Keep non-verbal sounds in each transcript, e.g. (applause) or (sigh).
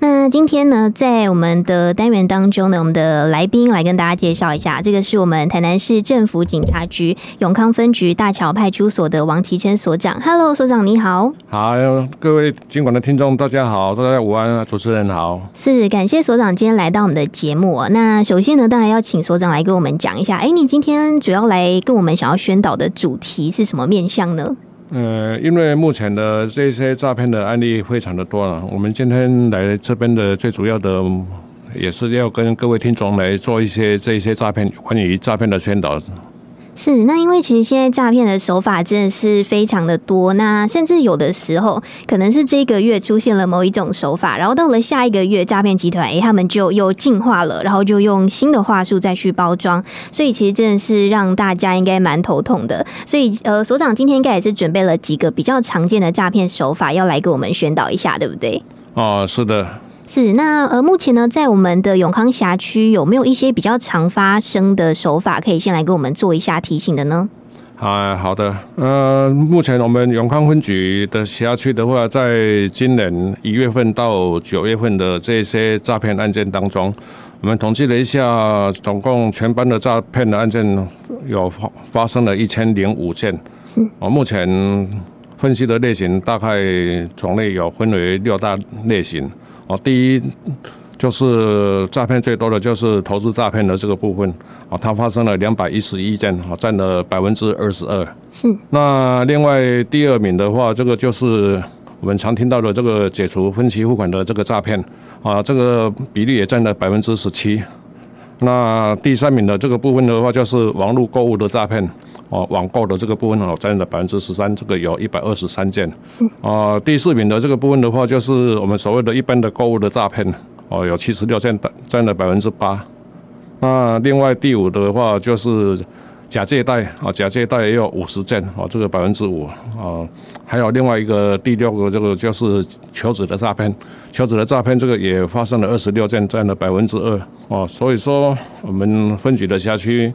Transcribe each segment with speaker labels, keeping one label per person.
Speaker 1: 那今天呢，在我们的单元当中呢，我们的来宾来跟大家介绍一下，这个是我们台南市政府警察局永康分局大桥派出所的王其琛所长。Hello，所长你好。
Speaker 2: 好，各位经管的听众，大家好，大家午安，主持人好。
Speaker 1: 是，感谢所长今天来到我们的节目哦。那首先呢，当然要请所长来跟我们讲一下，哎，你今天主要来跟我们想要宣导的主题是什么面向呢？
Speaker 2: 呃，因为目前的这些诈骗的案例非常的多了，我们今天来这边的最主要的也是要跟各位听众来做一些这一些诈骗关于诈骗的宣导。
Speaker 1: 是，那因为其实现在诈骗的手法真的是非常的多，那甚至有的时候可能是这个月出现了某一种手法，然后到了下一个月，诈骗集团诶、他们就又进化了，然后就用新的话术再去包装，所以其实真的是让大家应该蛮头痛的。所以呃，所长今天应该也是准备了几个比较常见的诈骗手法要来给我们宣导一下，对不对？
Speaker 2: 哦，是的，
Speaker 1: 是，那呃，目前呢，在我们的永康辖区有没有一些比较常发生的手法，可以先来给我们做一下提醒的呢？
Speaker 2: 啊，好的，呃，目前我们永康分局的辖区的话，在今年一月份到九月份的这些诈骗案件当中，我们统计了一下，总共全班的诈骗的案件有发发生了一千零五件。
Speaker 1: 是，
Speaker 2: 我目前分析的类型大概种类有分为六大类型。哦，第一就是诈骗最多的就是投资诈骗的这个部分，哦，它发生了两百一十一件，哦，占了百分之二十二。
Speaker 1: 是，
Speaker 2: 那另外第二名的话，这个就是我们常听到的这个解除分期付款的这个诈骗，啊，这个比例也占了百分之十七。那第三名的这个部分的话，就是网络购物的诈骗，哦，网购的这个部分哦，占了百分之十三，这个有一百二十三件。哦，第四名的这个部分的话，就是我们所谓的一般的购物的诈骗，哦，有七十六件，占了百分之八。那另外第五的话就是假借贷啊，假借贷也有五十件啊，这个百分之五啊，还有另外一个第六个这个就是求职的诈骗，求职的诈骗这个也发生了二十六件，占了百分之二哦，所以说我们分局的辖区。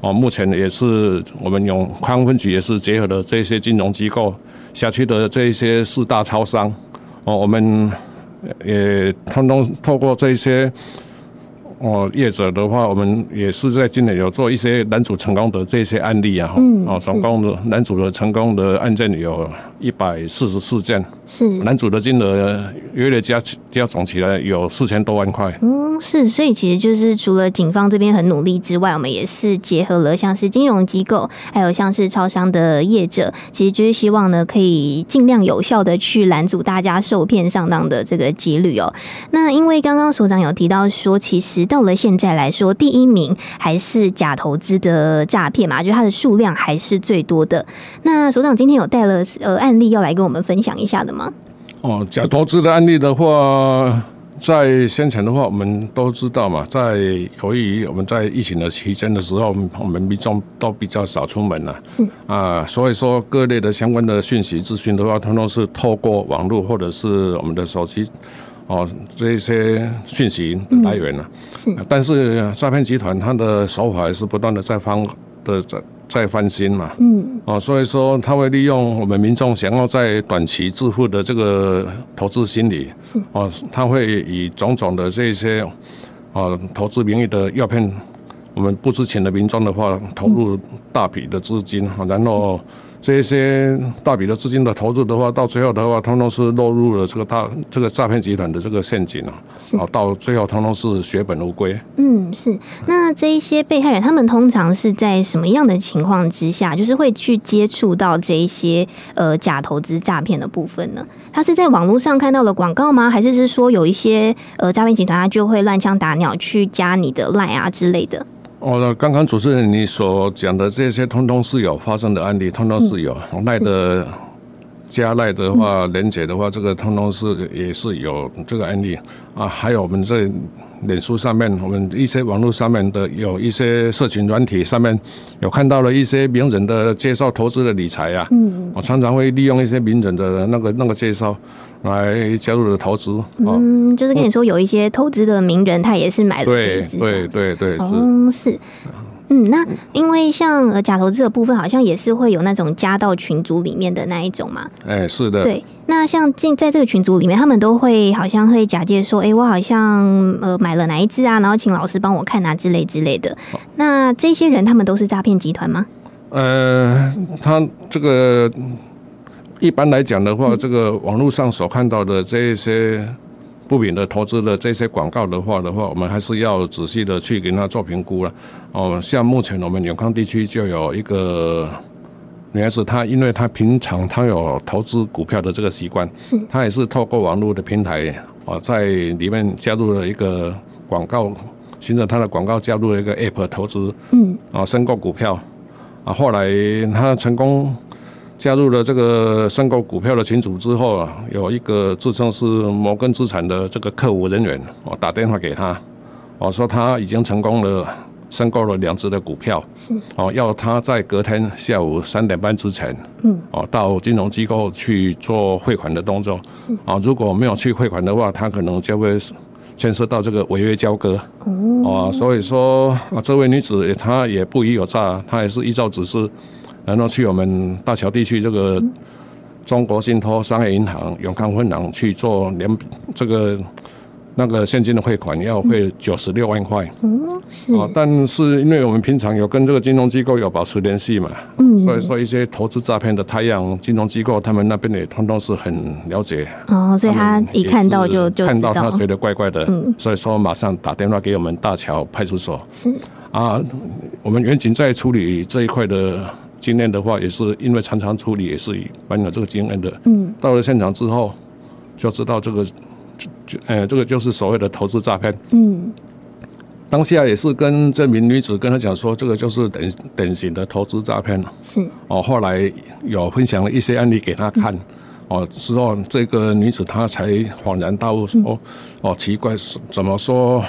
Speaker 2: 哦，目前也是我们永康分局也是结合了这些金融机构辖区的这一些四大超商，哦，我们也通通透过这些哦，业者的话，我们也是在今年有做一些男主成功的这些案例啊，
Speaker 1: 嗯
Speaker 2: 哦，总共的男主的成功的案件有一百四十四件，
Speaker 1: 是，
Speaker 2: 男主的金额约略加起加总起来有四千多万块。
Speaker 1: 嗯，是，所以其实就是除了警方这边很努力之外，我们也是结合了像是金融机构，还有像是超商的业者，其实就是希望呢可以尽量有效的去拦阻大家受骗上当的这个几率哦。那因为刚刚所长有提到说，其实到了现在来说，第一名还是假投资的诈骗嘛，就是它的数量还是最多的。那所长今天有带了呃案例要来跟我们分享一下的吗？
Speaker 2: 哦，假投资的案例的话，在先前的话，我们都知道嘛，在由于我们在疫情的期间的时候，我们民众都比较少出门了、
Speaker 1: 是
Speaker 2: 啊，所以说各类的相关的讯息资讯的话，通通是透过网络或者是我们的手机。哦，这些讯息的来源呢、
Speaker 1: 嗯是
Speaker 2: 啊但是诈骗集团它的手法还是不断的在翻的在在翻新嘛，
Speaker 1: 嗯，
Speaker 2: 哦，所以说他会利用我们民众想要在短期致富的这个投资心理，哦，他会以种种的这些哦投资名义的诱骗我们不知情的民众的话，投入大笔的资金，哦然后这些大笔的资金的投入的话，到最后的话，通通是落入了这个大这个诈骗集团的这个陷阱啊，哦，到最后通通是血本无归。
Speaker 1: 嗯，是。那这一些被害人，他们通常是在什么样的情况之下，就是会去接触到这一些呃假投资诈骗的部分呢？他是在网络上看到了广告吗？还是是说有一些呃诈骗集团他就会乱枪打鸟去加你的 line 啊之类的？
Speaker 2: 哦，刚刚主持人你所讲的这些，通通是有发生的案例，通通是有嗯赖的加赖的话，连姐的话，这个通通是也是有这个案例啊。还有我们在脸书上面，我们一些网络上面的有一些社群软体上面有看到了一些名人的介绍投资的理财啊，
Speaker 1: 嗯，
Speaker 2: 我常常会利用一些名人的那个那个介绍来加入了投资啊。
Speaker 1: 嗯，就是跟你说有一些投资的名人，他也是买了这
Speaker 2: 对
Speaker 1: 一支。
Speaker 2: 对对对，是。
Speaker 1: 哦，是。嗯，那因为像呃假投资的部分，好像也是会有那种加到群组里面的那一种嘛。
Speaker 2: 哎，是的，
Speaker 1: 对，那像进在这个群组里面，他们都会好像会假借说，哎、我好像呃买了哪一只啊，然后请老师帮我看啊之类之类的。那这些人他们都是诈骗集团吗？
Speaker 2: 呃，他这个一般来讲的话，这个网络上所看到的这一些不明的投资的这些广告的话的话，我们还是要仔细的去给他做评估了。哦，像目前我们永康地区就有一个女孩子，她因为她平常她有投资股票的这个习惯，她也是透过网络的平台哦，在里面加入了一个广告，循着她的广告加入了一个 App 投资，
Speaker 1: 嗯，
Speaker 2: 啊，申购股票。啊，后来他成功加入了这个申购股票的群组之后啊，有一个自称是摩根资产的这个客服人员，我打电话给他，我说他已经成功了。申购了两只的股票，
Speaker 1: 是
Speaker 2: 哦，要他在隔天下午三点半之前，
Speaker 1: 嗯，
Speaker 2: 哦，到金融机构去做汇款的动作，
Speaker 1: 是
Speaker 2: 哦，如果没有去汇款的话，他可能就会牵涉到这个违约交割，
Speaker 1: 哦，
Speaker 2: 哦，所以说啊，这位女子也她也不疑有诈，她也是依照指示，然后去我们大桥地区这个
Speaker 1: 嗯
Speaker 2: 中国信托商业银行永康分行去做两这个那个现金的汇款，要
Speaker 1: 嗯
Speaker 2: 汇九十六万块。
Speaker 1: 哦，是，
Speaker 2: 哦，但是因为我们平常有跟这个金融机构有保持联系嘛，
Speaker 1: 嗯
Speaker 2: 所以说一些投资诈骗的太阳金融机构，他们那边也通通是很了解。
Speaker 1: 哦，所以他一看到就就
Speaker 2: 看
Speaker 1: 知
Speaker 2: 到他
Speaker 1: 道
Speaker 2: 觉得怪怪的，
Speaker 1: 嗯
Speaker 2: 所以说马上打电话给我们大桥派出所。
Speaker 1: 是
Speaker 2: 啊，我们远景在处理这一块的经验的话，也是因为常常处理，也是蛮有这个经验的。
Speaker 1: 嗯，
Speaker 2: 到了现场之后，就知道这个，就呃，这个就是所谓的投资诈骗。
Speaker 1: 嗯
Speaker 2: 当下也是跟这名女子跟她讲说，这个就是典典型的投资诈骗。
Speaker 1: 是
Speaker 2: 哦，后来有分享了一些案例给她看。
Speaker 1: 嗯
Speaker 2: 哦，之后这个女子她才恍然大悟说，
Speaker 1: 嗯
Speaker 2: 哦，奇怪，怎么说？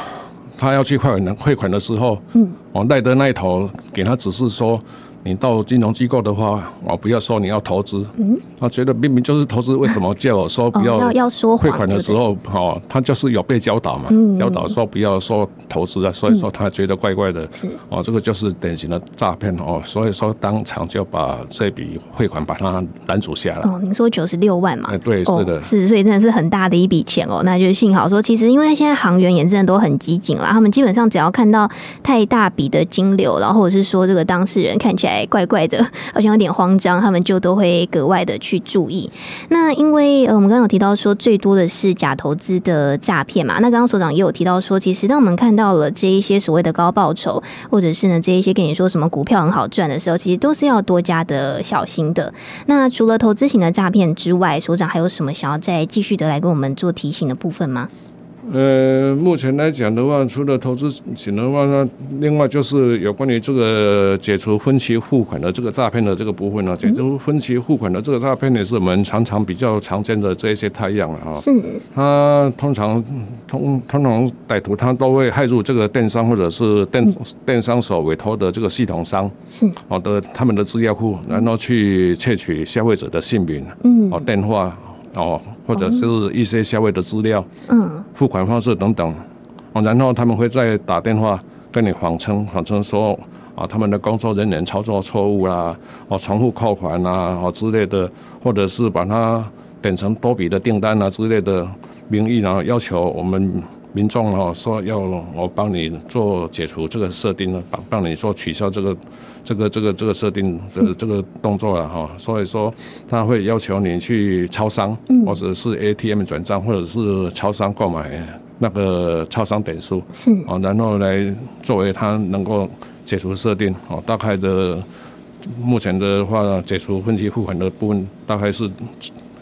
Speaker 2: 她要去汇款的汇款的时候，
Speaker 1: 嗯
Speaker 2: 哦，赖德那一头给他指示说，你到金融机构的话，我不要说你要投资，嗯，他觉得明明就是投资，为什么叫我说不
Speaker 1: 哦
Speaker 2: 要、
Speaker 1: 要要说谎
Speaker 2: 汇款的时候，哦，他就是有被教导嘛，
Speaker 1: 嗯
Speaker 2: 教导说不要说投资啊，所以说他觉得怪怪的，
Speaker 1: 是
Speaker 2: 哦，这个就是典型的诈骗哦，所以说当场就把这笔汇款把它拦阻下来。
Speaker 1: 哦，您说九十六万嘛？
Speaker 2: 哎对是的
Speaker 1: 哦，是，所以真的是很大的一笔钱哦。那就幸好说，其实因为现在航员也真的都很机警啦，他们基本上只要看到太大笔的金流，然后或者是说这个当事人看起来怪怪的，好像有点慌张，他们就都会格外的去注意。那因为呃，我们刚刚有提到说，最多的是假投资的诈骗嘛。那刚刚所长也有提到说，其实当我们看到了这一些所谓的高报酬，或者是呢这一些跟你说什么股票很好赚的时候，其实都是要多加的小心的。那除了投资型的诈骗之外，所长还有什么想要再继续的来跟我们做提醒的部分吗？
Speaker 2: 呃，目前来讲的话，除了投资型的话呢，另外就是有关于这个解除分期付款的这个诈骗的这个部分呢、解
Speaker 1: 嗯
Speaker 2: 除分期付款的这个诈骗也是我们常常比较常见的这一些太阳了啊。
Speaker 1: 是，
Speaker 2: 它通常通通常歹徒他都会害入这个电商或者是电、电商所委托的这个系统商，
Speaker 1: 嗯是
Speaker 2: 好的他们的资料库，然后去窃取消费者的姓名、
Speaker 1: 嗯
Speaker 2: 哦电话哦，或者是一些消费的资料。
Speaker 1: 嗯，
Speaker 2: 付款方式等等，哦，然后他们会再打电话跟你谎称，谎称说啊，他们的工作人员操作错误啦，哦，重复扣款啦，哦之类的，或者是把它点成多笔的订单啊之类的名义，然后要求我们民众哦说要我帮你做解除这个设定呢，帮帮你做取消这个这个这个这个设定
Speaker 1: (laughs)
Speaker 2: 的这个动作了哈，所以说他会要求你去超商，
Speaker 1: 嗯
Speaker 2: 或者是 ATM 转账，或者是超商购买那个超商点数，
Speaker 1: 是
Speaker 2: 哦，然后来作为他能够解除设定哦，大概的目前的话，解除分期付款的部分大概是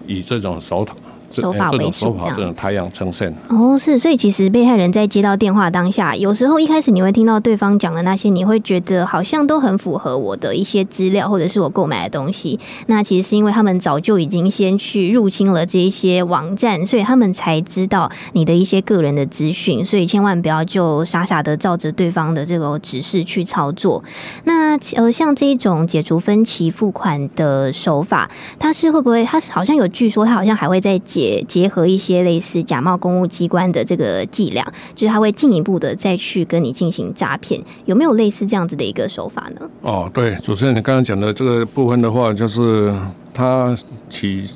Speaker 2: 以这种手法这哎
Speaker 1: 手法
Speaker 2: 这
Speaker 1: 为
Speaker 2: 种
Speaker 1: 主这
Speaker 2: 手法
Speaker 1: 样
Speaker 2: 这种太阳呈现。
Speaker 1: 哦，是，所以其实被害人在接到电话当下，有时候一开始你会听到对方讲的那些，你会觉得好像都很符合我的一些资料或者是我购买的东西。那其实是因为他们早就已经先去入侵了这一些网站，所以他们才知道你的一些个人的资讯，所以千万不要就傻傻的照着对方的这个指示去操作。那呃，像这一种解除分期付款的手法，它是会不会？它好像有据说，它好像还会再结且结合一些类似假冒公务机关的这个伎俩，就是他会进一步的再去跟你进行诈骗，有没有类似这样子的一个手法呢？
Speaker 2: 哦，对，主持人你刚刚讲的这个部分的话，就是他起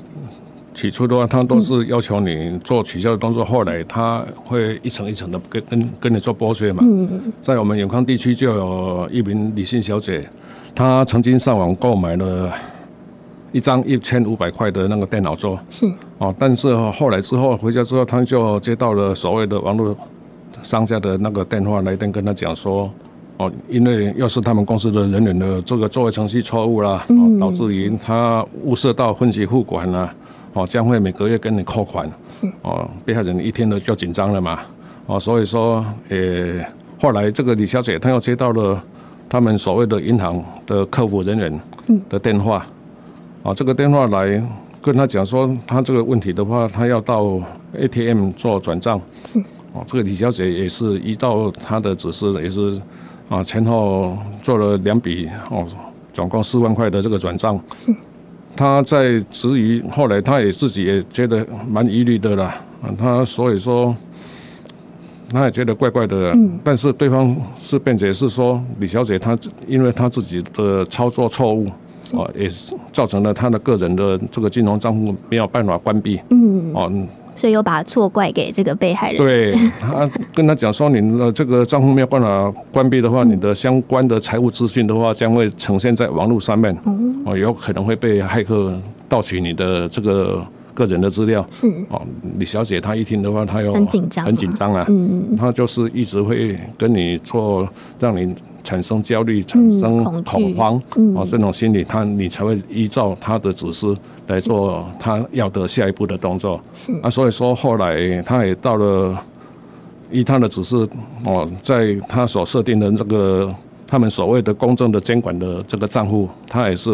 Speaker 2: 起初的话，他都是要求你做取消的动作，后来他会一层一层的跟跟跟你做剥削嘛。
Speaker 1: 嗯，
Speaker 2: 在我们永康地区就有一名李姓小姐，她曾经上网购买了一张一千五百块的那个电脑桌，
Speaker 1: 是
Speaker 2: 哦，但是哦后来之后回家之后，他就接到了所谓的网络商家的那个电话来电，跟他讲说，哦，因为又是他们公司的人员的这个作业程序错误啦，哦，导致于他误涉到分期付款啦、哦，将会每个月跟你扣款
Speaker 1: 是，
Speaker 2: 哦，被害人一听了就紧张了嘛，哦，所以说，呃，后来这个李小姐她又接到了他们所谓的银行的客服人员的电话。啊，这个电话来跟他讲说，他这个问题的话，他要到 ATM 做转账。
Speaker 1: 是。
Speaker 2: 哦，这个李小姐也是依照他的指示，也是啊，前后做了两笔哦，总共四万块的这个转账。
Speaker 1: 是。
Speaker 2: 他在质疑，后来他也自己也觉得蛮疑虑的啦。啊，他所以说。他也觉得怪怪的，但是对方是辩解是说李小姐她因为她自己的操作错误，哦，也是造成了他的个人的这个金融账户没有办法关闭。嗯，哦，
Speaker 1: 所以有把错怪给这个被害人。
Speaker 2: (laughs) 对，他跟他讲说，你的这个账户没有办法关闭的话，你的相关的财务资讯的话，将会呈现在网络上面，哦，有可能会被骇客盗取你的这个个人的资料。
Speaker 1: 是
Speaker 2: 哦，李小姐她一听的话，她又
Speaker 1: 很紧张
Speaker 2: 很紧张啊。嗯，她就是一直会跟你做，让你产生焦虑、产生
Speaker 1: 恐惧
Speaker 2: 嗯
Speaker 1: 嗯
Speaker 2: 恐慌，哦，这种心理，她你才会依照她的指示来做她要的下一步的动作。
Speaker 1: 是
Speaker 2: 啊，所以说后来她也到了，依她的指示，哦，在她所设定的这个。他们所谓的公正的监管的这个账户，她也是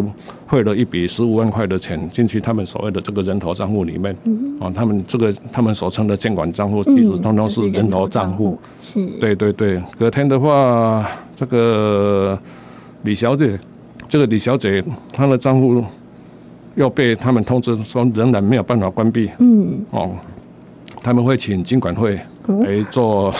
Speaker 2: 汇了一笔十五万块的钱进去他们所谓的这个人头账户里面。哦，他们这个他们所称的监管账户，
Speaker 1: 嗯
Speaker 2: 其实通通是人头账户。，
Speaker 1: 是
Speaker 2: 对对对，隔天的话，这个李小姐，这个李小姐她的账户又被他们通知说仍然没有办法关闭。
Speaker 1: 嗯，
Speaker 2: 哦，他们会请金管会
Speaker 1: 哦
Speaker 2: 来做。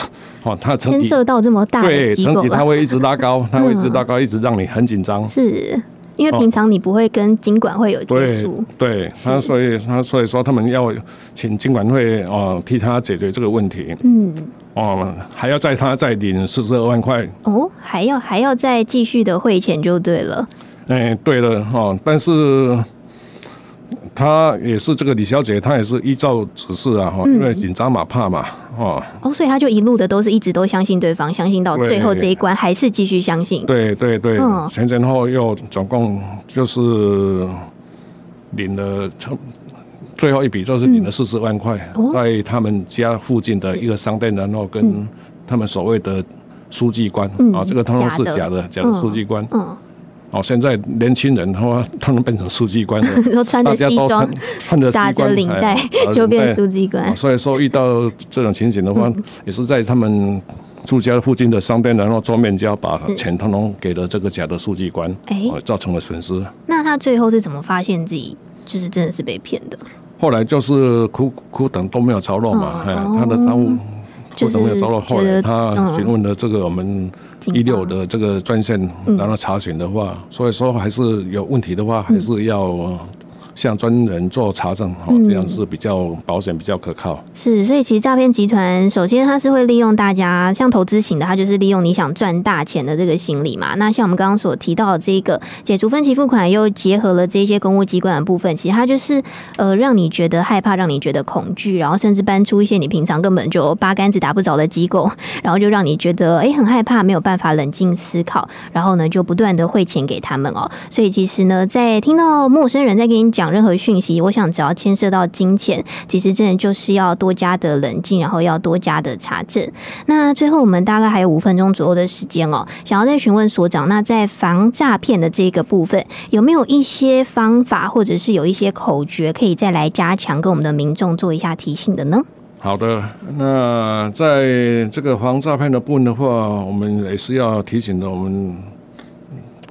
Speaker 2: 哦，她整
Speaker 1: 牵
Speaker 2: 体
Speaker 1: 涉到这么大
Speaker 2: 对
Speaker 1: 的机
Speaker 2: 整
Speaker 1: 构啊嗯
Speaker 2: 体他
Speaker 1: 了，
Speaker 2: 会一直
Speaker 1: (laughs)
Speaker 2: 拉高，他会一直拉高，一直让你很紧张。
Speaker 1: 是因为平常你不会跟经管会有接
Speaker 2: 哦对
Speaker 1: 触，
Speaker 2: 对，他所以他所以说他们要请金管会哦、替他解决这个问题
Speaker 1: 嗯，
Speaker 2: 哦、还要在他再领四十二万块。
Speaker 1: 哦，还要还要再继续的汇钱就对了，
Speaker 2: 哎，对了哦，但是他也是这个李小姐，她也是依照指示啊
Speaker 1: 嗯
Speaker 2: 哈、哦因为紧张嘛怕嘛哦，
Speaker 1: 哦，所以他就一路的都是一直都相信对方，相信到
Speaker 2: 对
Speaker 1: 最后这一关还是继续相信，
Speaker 2: 对对对，
Speaker 1: 嗯
Speaker 2: 前前后后又总共就是领了差不最后一笔就是领了四十万块，
Speaker 1: 嗯哦
Speaker 2: 在他们家附近的一个商店，然后跟他们所谓的书记官、
Speaker 1: 嗯
Speaker 2: 啊，这个通通是
Speaker 1: 假
Speaker 2: 假
Speaker 1: 的
Speaker 2: 的，假的书记官。
Speaker 1: 嗯，
Speaker 2: 哦，现在年轻人他妈他们变成书记官
Speaker 1: (laughs)
Speaker 2: 了，
Speaker 1: 说穿着
Speaker 2: 大家
Speaker 1: 西
Speaker 2: 都
Speaker 1: 装
Speaker 2: 穿。
Speaker 1: (laughs)
Speaker 2: 穿着西
Speaker 1: 打着
Speaker 2: 装
Speaker 1: 领带
Speaker 2: 哎
Speaker 1: (laughs)
Speaker 2: 打着
Speaker 1: 就
Speaker 2: 领带
Speaker 1: 变书记官嗯
Speaker 2: 啊，所以说遇到这种情形的话， (laughs) 也是在他们住家附近的商店，然后桌面交把钱通通给了这个假的书记官，
Speaker 1: 哎
Speaker 2: 哦造成了损失。
Speaker 1: 那他最后是怎么发现自己就是真的是被骗的？
Speaker 2: 后来就是苦苦等都没有着落嘛，
Speaker 1: 哦
Speaker 2: 哎，他的商务
Speaker 1: 就
Speaker 2: 苦
Speaker 1: 是
Speaker 2: 等没有着落，后
Speaker 1: 觉得
Speaker 2: 来他
Speaker 1: 嗯
Speaker 2: 询问了这个我们
Speaker 1: 警
Speaker 2: 一六
Speaker 1: 方
Speaker 2: 的这个专线，
Speaker 1: 嗯
Speaker 2: 然后查询的话，所以说还是有问题的话，
Speaker 1: 嗯
Speaker 2: 还是要呃向专人做查证，哦，
Speaker 1: 嗯
Speaker 2: 这样是比较保险，比较可靠。
Speaker 1: 是，所以其实诈骗集团首先它是会利用大家，像投资型的，它就是利用你想赚大钱的这个心理嘛。那像我们刚刚所提到的这个解除分期付款，又结合了这些公务机关的部分，其实它就是呃让你觉得害怕，让你觉得恐惧，然后甚至搬出一些你平常根本就八竿子打不着的机构， (laughs) 然后就让你觉得诶很害怕，没有办法冷静思考，然后呢就不断的汇钱给他们哦。所以其实呢，在听到陌生人在跟你讲任何讯息，我想只要牵涉到金钱，其实真的就是要多加的冷静，然后要多加的查证。那最后我们大概还有五分钟左右的时间哦，想要再询问所长，那在防诈骗的这个部分，有没有一些方法，或者是有一些口诀，可以再来加强跟我们的民众做一下提醒的呢？
Speaker 2: 好的，那在这个防诈骗的部分的话，我们也是要提醒的，我们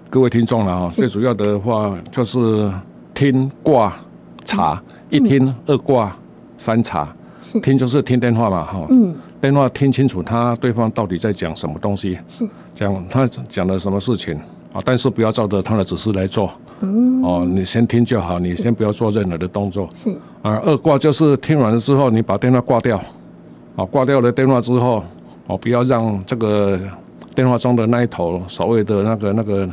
Speaker 2: 各位听众了哈。最主要的话就是听挂查，一听二挂三查
Speaker 1: 嗯是，
Speaker 2: 听就是听电话嘛，哈、
Speaker 1: 嗯，
Speaker 2: 电话听清楚他对方到底在讲什么东西，
Speaker 1: 是
Speaker 2: 讲他讲了什么事情啊，但是不要照着他的指示来做，哦，你先听就好，你先不要做任何的动作
Speaker 1: 嗯是
Speaker 2: 啊。二挂就是听完了之后，你把电话挂掉，啊，挂掉了电话之后，哦，不要让这个电话中的那一头所谓的那个那个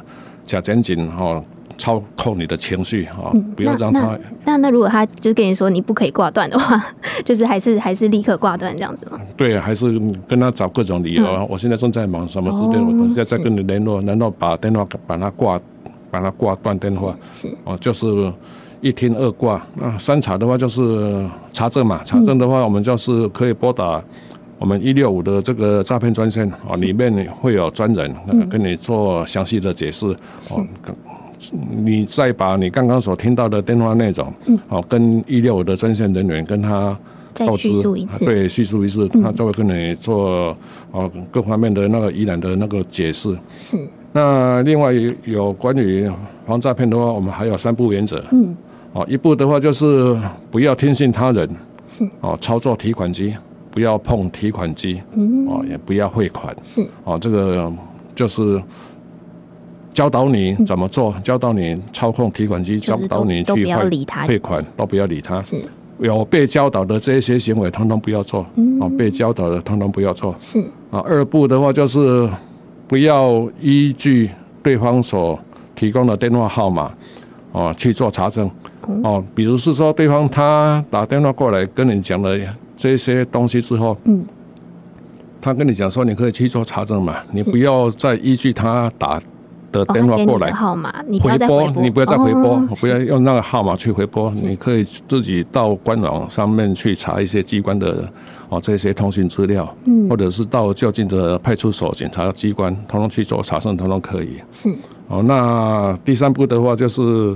Speaker 2: 假检警哦操控你的情绪啊，
Speaker 1: 嗯
Speaker 2: 不要让
Speaker 1: 那
Speaker 2: 他
Speaker 1: 那那那如果他就跟你说你不可以挂断的话， (laughs) 就是还是还是立刻挂断这样子吗？
Speaker 2: 对，还是跟他找各种理由。啊，我现在正在忙什么之类的，
Speaker 1: 嗯哦
Speaker 2: 我等一下再
Speaker 1: 是
Speaker 2: 跟你联络。然后把电话把它挂，把它挂断电话。
Speaker 1: 是
Speaker 2: 哦，就是一听二挂。那三查的话就是查证嘛，查证的话我们就是可以拨打我们一六五的这个诈骗专线哦，里面会有专人呃
Speaker 1: 嗯
Speaker 2: 跟你做详细的解释哦。跟你再把你刚刚所听到的电话内容，哦，跟一六五的专线人员跟他
Speaker 1: 嗯再
Speaker 2: 告知
Speaker 1: 叙述一次嗯
Speaker 2: 对，叙述一次，他就会跟你做哦各方面的那个疑难的那个解释。
Speaker 1: 是
Speaker 2: 那另外有有关于防诈骗的话，我们还有三不原则。
Speaker 1: 嗯，
Speaker 2: 哦，一步的话就是不要听信他人，
Speaker 1: 是
Speaker 2: 哦，操作提款机不要碰提款机，
Speaker 1: 嗯
Speaker 2: 哦，也不要汇款，
Speaker 1: 是
Speaker 2: 哦，这个就是教导你怎么做，教导你操控提款机，
Speaker 1: 嗯就
Speaker 2: 教
Speaker 1: 是都
Speaker 2: 导你
Speaker 1: 都
Speaker 2: 去
Speaker 1: 不要
Speaker 2: 汇
Speaker 1: 理他
Speaker 2: 汇款，都不要理他。
Speaker 1: 是
Speaker 2: 有被教导的这些行为，通通不要做，
Speaker 1: 嗯
Speaker 2: 哦，被教导的通通不要做。
Speaker 1: 是
Speaker 2: 啊，二步的话就是不要依据对方所提供的电话号码哦去做查证
Speaker 1: 嗯
Speaker 2: 哦，比如是说对方他打电话过来跟你讲了这些东西之后，
Speaker 1: 嗯，
Speaker 2: 他跟你讲说你可以去做查证嘛，你不要再依据他打的
Speaker 1: 哦，
Speaker 2: 电
Speaker 1: 他
Speaker 2: 话
Speaker 1: 给你
Speaker 2: 过
Speaker 1: 的
Speaker 2: 来。
Speaker 1: 号码，你不
Speaker 2: 回
Speaker 1: 要再回
Speaker 2: 拨，你不要再回拨，
Speaker 1: 哦
Speaker 2: 不要用那个号码去回拨，你可以自己到官网上面去查一些机关的哦这些通讯资料，
Speaker 1: 嗯
Speaker 2: 或者是到就近的派出所、检察机关，统统去做查证，统统可以。
Speaker 1: 是是
Speaker 2: 哦，那第三步的话就是。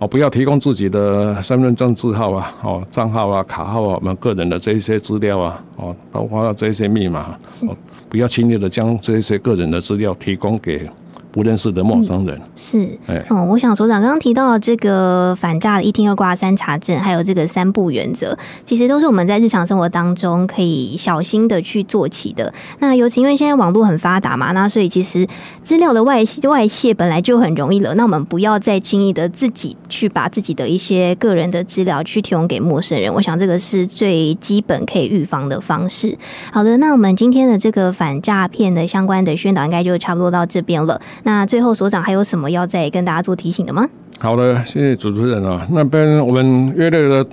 Speaker 2: 哦，不要提供自己的身份证字号啊，哦，账号啊、卡号啊，我们个人的这一些资料啊，哦，包括这些密码，哦，不要轻易的将这些个人的资料提供给不认识的陌生人。
Speaker 1: 是，
Speaker 2: 哎
Speaker 1: 嗯，我想所长刚刚提到的这个反诈的一听二挂三查证，还有这个三不原则，其实都是我们在日常生活当中可以小心的去做起的。那尤其因为现在网络很发达嘛，那所以其实资料的外外泄本来就很容易了，那我们不要再轻易的自己去把自己的一些个人的资料去提供给陌生人，我想这个是最基本可以预防的方式。好的，那我们今天的这个反诈骗的相关的宣导应该就差不多到这边了。那最后所长还有什么要再跟大家做提醒的吗？
Speaker 2: 好的，谢谢主持人啊。那边我们约略的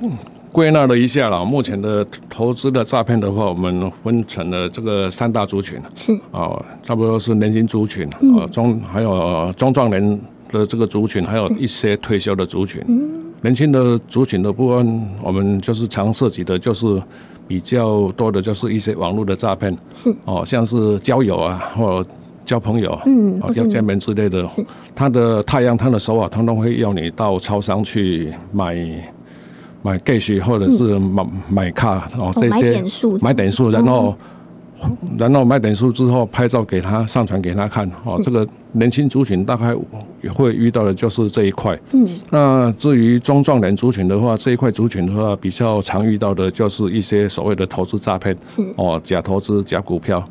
Speaker 2: 归纳了一下了，目前的投资的诈骗的话，我们分成了这个三大族群
Speaker 1: 是
Speaker 2: 哦，差不多是年轻族群哦，中还有中壮年的这个族群，还有一些退休的族群。年轻的族群的部分，我们就是常涉及的，就是比较多的，就是一些网络的诈骗
Speaker 1: 是
Speaker 2: 哦，像是交友啊，或交朋友，
Speaker 1: 嗯或
Speaker 2: 哦
Speaker 1: 是
Speaker 2: 交见面之类的，他的太阳、他的手啊，通通会要你到超商去买买 Gage 或者是买买卡哦，
Speaker 1: 嗯哦
Speaker 2: 这
Speaker 1: 买
Speaker 2: 些
Speaker 1: 点数嗯
Speaker 2: 买点数，然后然后买点数之后拍照给他上传给他看哦，这个年轻族群大概会遇到的就是这一块。
Speaker 1: 嗯，
Speaker 2: 那至于中壮年族群的话，这一块族群的话，比较常遇到的就是一些所谓的投资诈骗
Speaker 1: 是
Speaker 2: 哦，假投资、假股票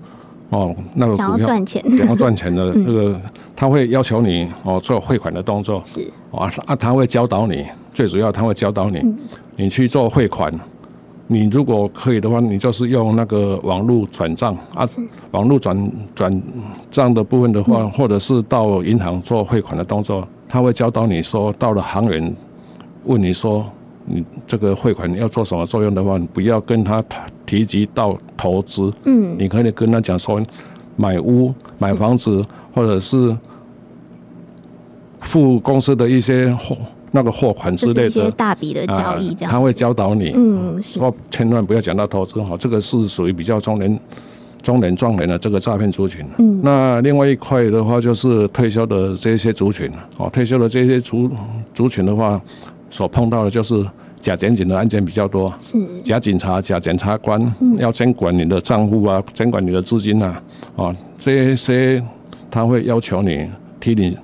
Speaker 2: 哦，那个
Speaker 1: 嗯想要
Speaker 2: 股票
Speaker 1: 赚钱
Speaker 2: (laughs)
Speaker 1: 嗯
Speaker 2: 想要赚钱的这个，他会要求你哦做汇款的动作，
Speaker 1: 是
Speaker 2: 哦啊啊，他会教导你，最主要他会教导你，
Speaker 1: 嗯
Speaker 2: 你去做汇款。你如果可以的话，你就是用那个网络转账啊，网络转转账的部分的
Speaker 1: 嗯
Speaker 2: 话，或者是到银行做汇款的动作，他会教导你说，到了行员问你说，你这个汇款要做什么作用的话，你不要跟他提及到投资，
Speaker 1: 嗯
Speaker 2: 你可以跟他讲说，买屋、买房子，或者是付公司的一些货那个货款之
Speaker 1: 就是
Speaker 2: 类
Speaker 1: 一些
Speaker 2: 的啊
Speaker 1: 大笔的交易这样。
Speaker 2: 他会教导你，
Speaker 1: 嗯是
Speaker 2: 说哦千万不要讲到投资哈，这个是属于比较中年、中年壮年的这个诈骗族群。嗯，那另外一块的话就是退休的这些族群哦，退休的这些族族群的话，所碰到的就是假检警的案件比较多。
Speaker 1: 是嗯
Speaker 2: 假警察、假检察官、要监管你的账户啊，监管你的资金啊，啊，这些他会要求你提你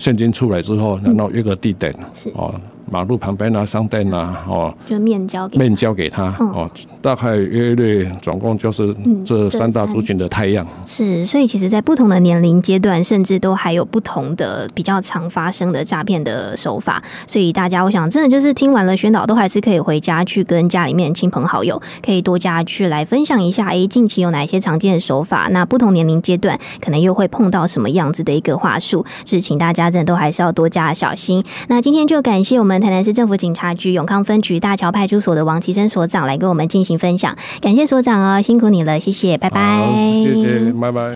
Speaker 2: 现金出来之后，然后约个地点
Speaker 1: 是，
Speaker 2: 哦，马路旁边啊、商店啊，哦，
Speaker 1: 就面交给
Speaker 2: 面交给他，
Speaker 1: 嗯
Speaker 2: 哦，大概约略总共就是
Speaker 1: 嗯
Speaker 2: 这
Speaker 1: 这
Speaker 2: 三大
Speaker 1: 三
Speaker 2: 族群的太阳。
Speaker 1: 是，所以其实，在不同的年龄阶段，甚至都还有不同的比较常发生的诈骗的手法。所以大家，我想真的就是听完了宣导，都还是可以回家去跟家里面亲朋好友，可以多加去来分享一下，诶，近期有哪些常见的手法？那不同年龄阶段可能又会碰到什么样子的一个话术？是，请大家真的都还是要多加小心。那今天就感谢我们台南市政府警察局永康分局大桥派出所的王其生所长来跟我们进行分享，感谢所长哦，辛苦你了，谢谢，拜拜。
Speaker 2: 好，谢谢，拜拜。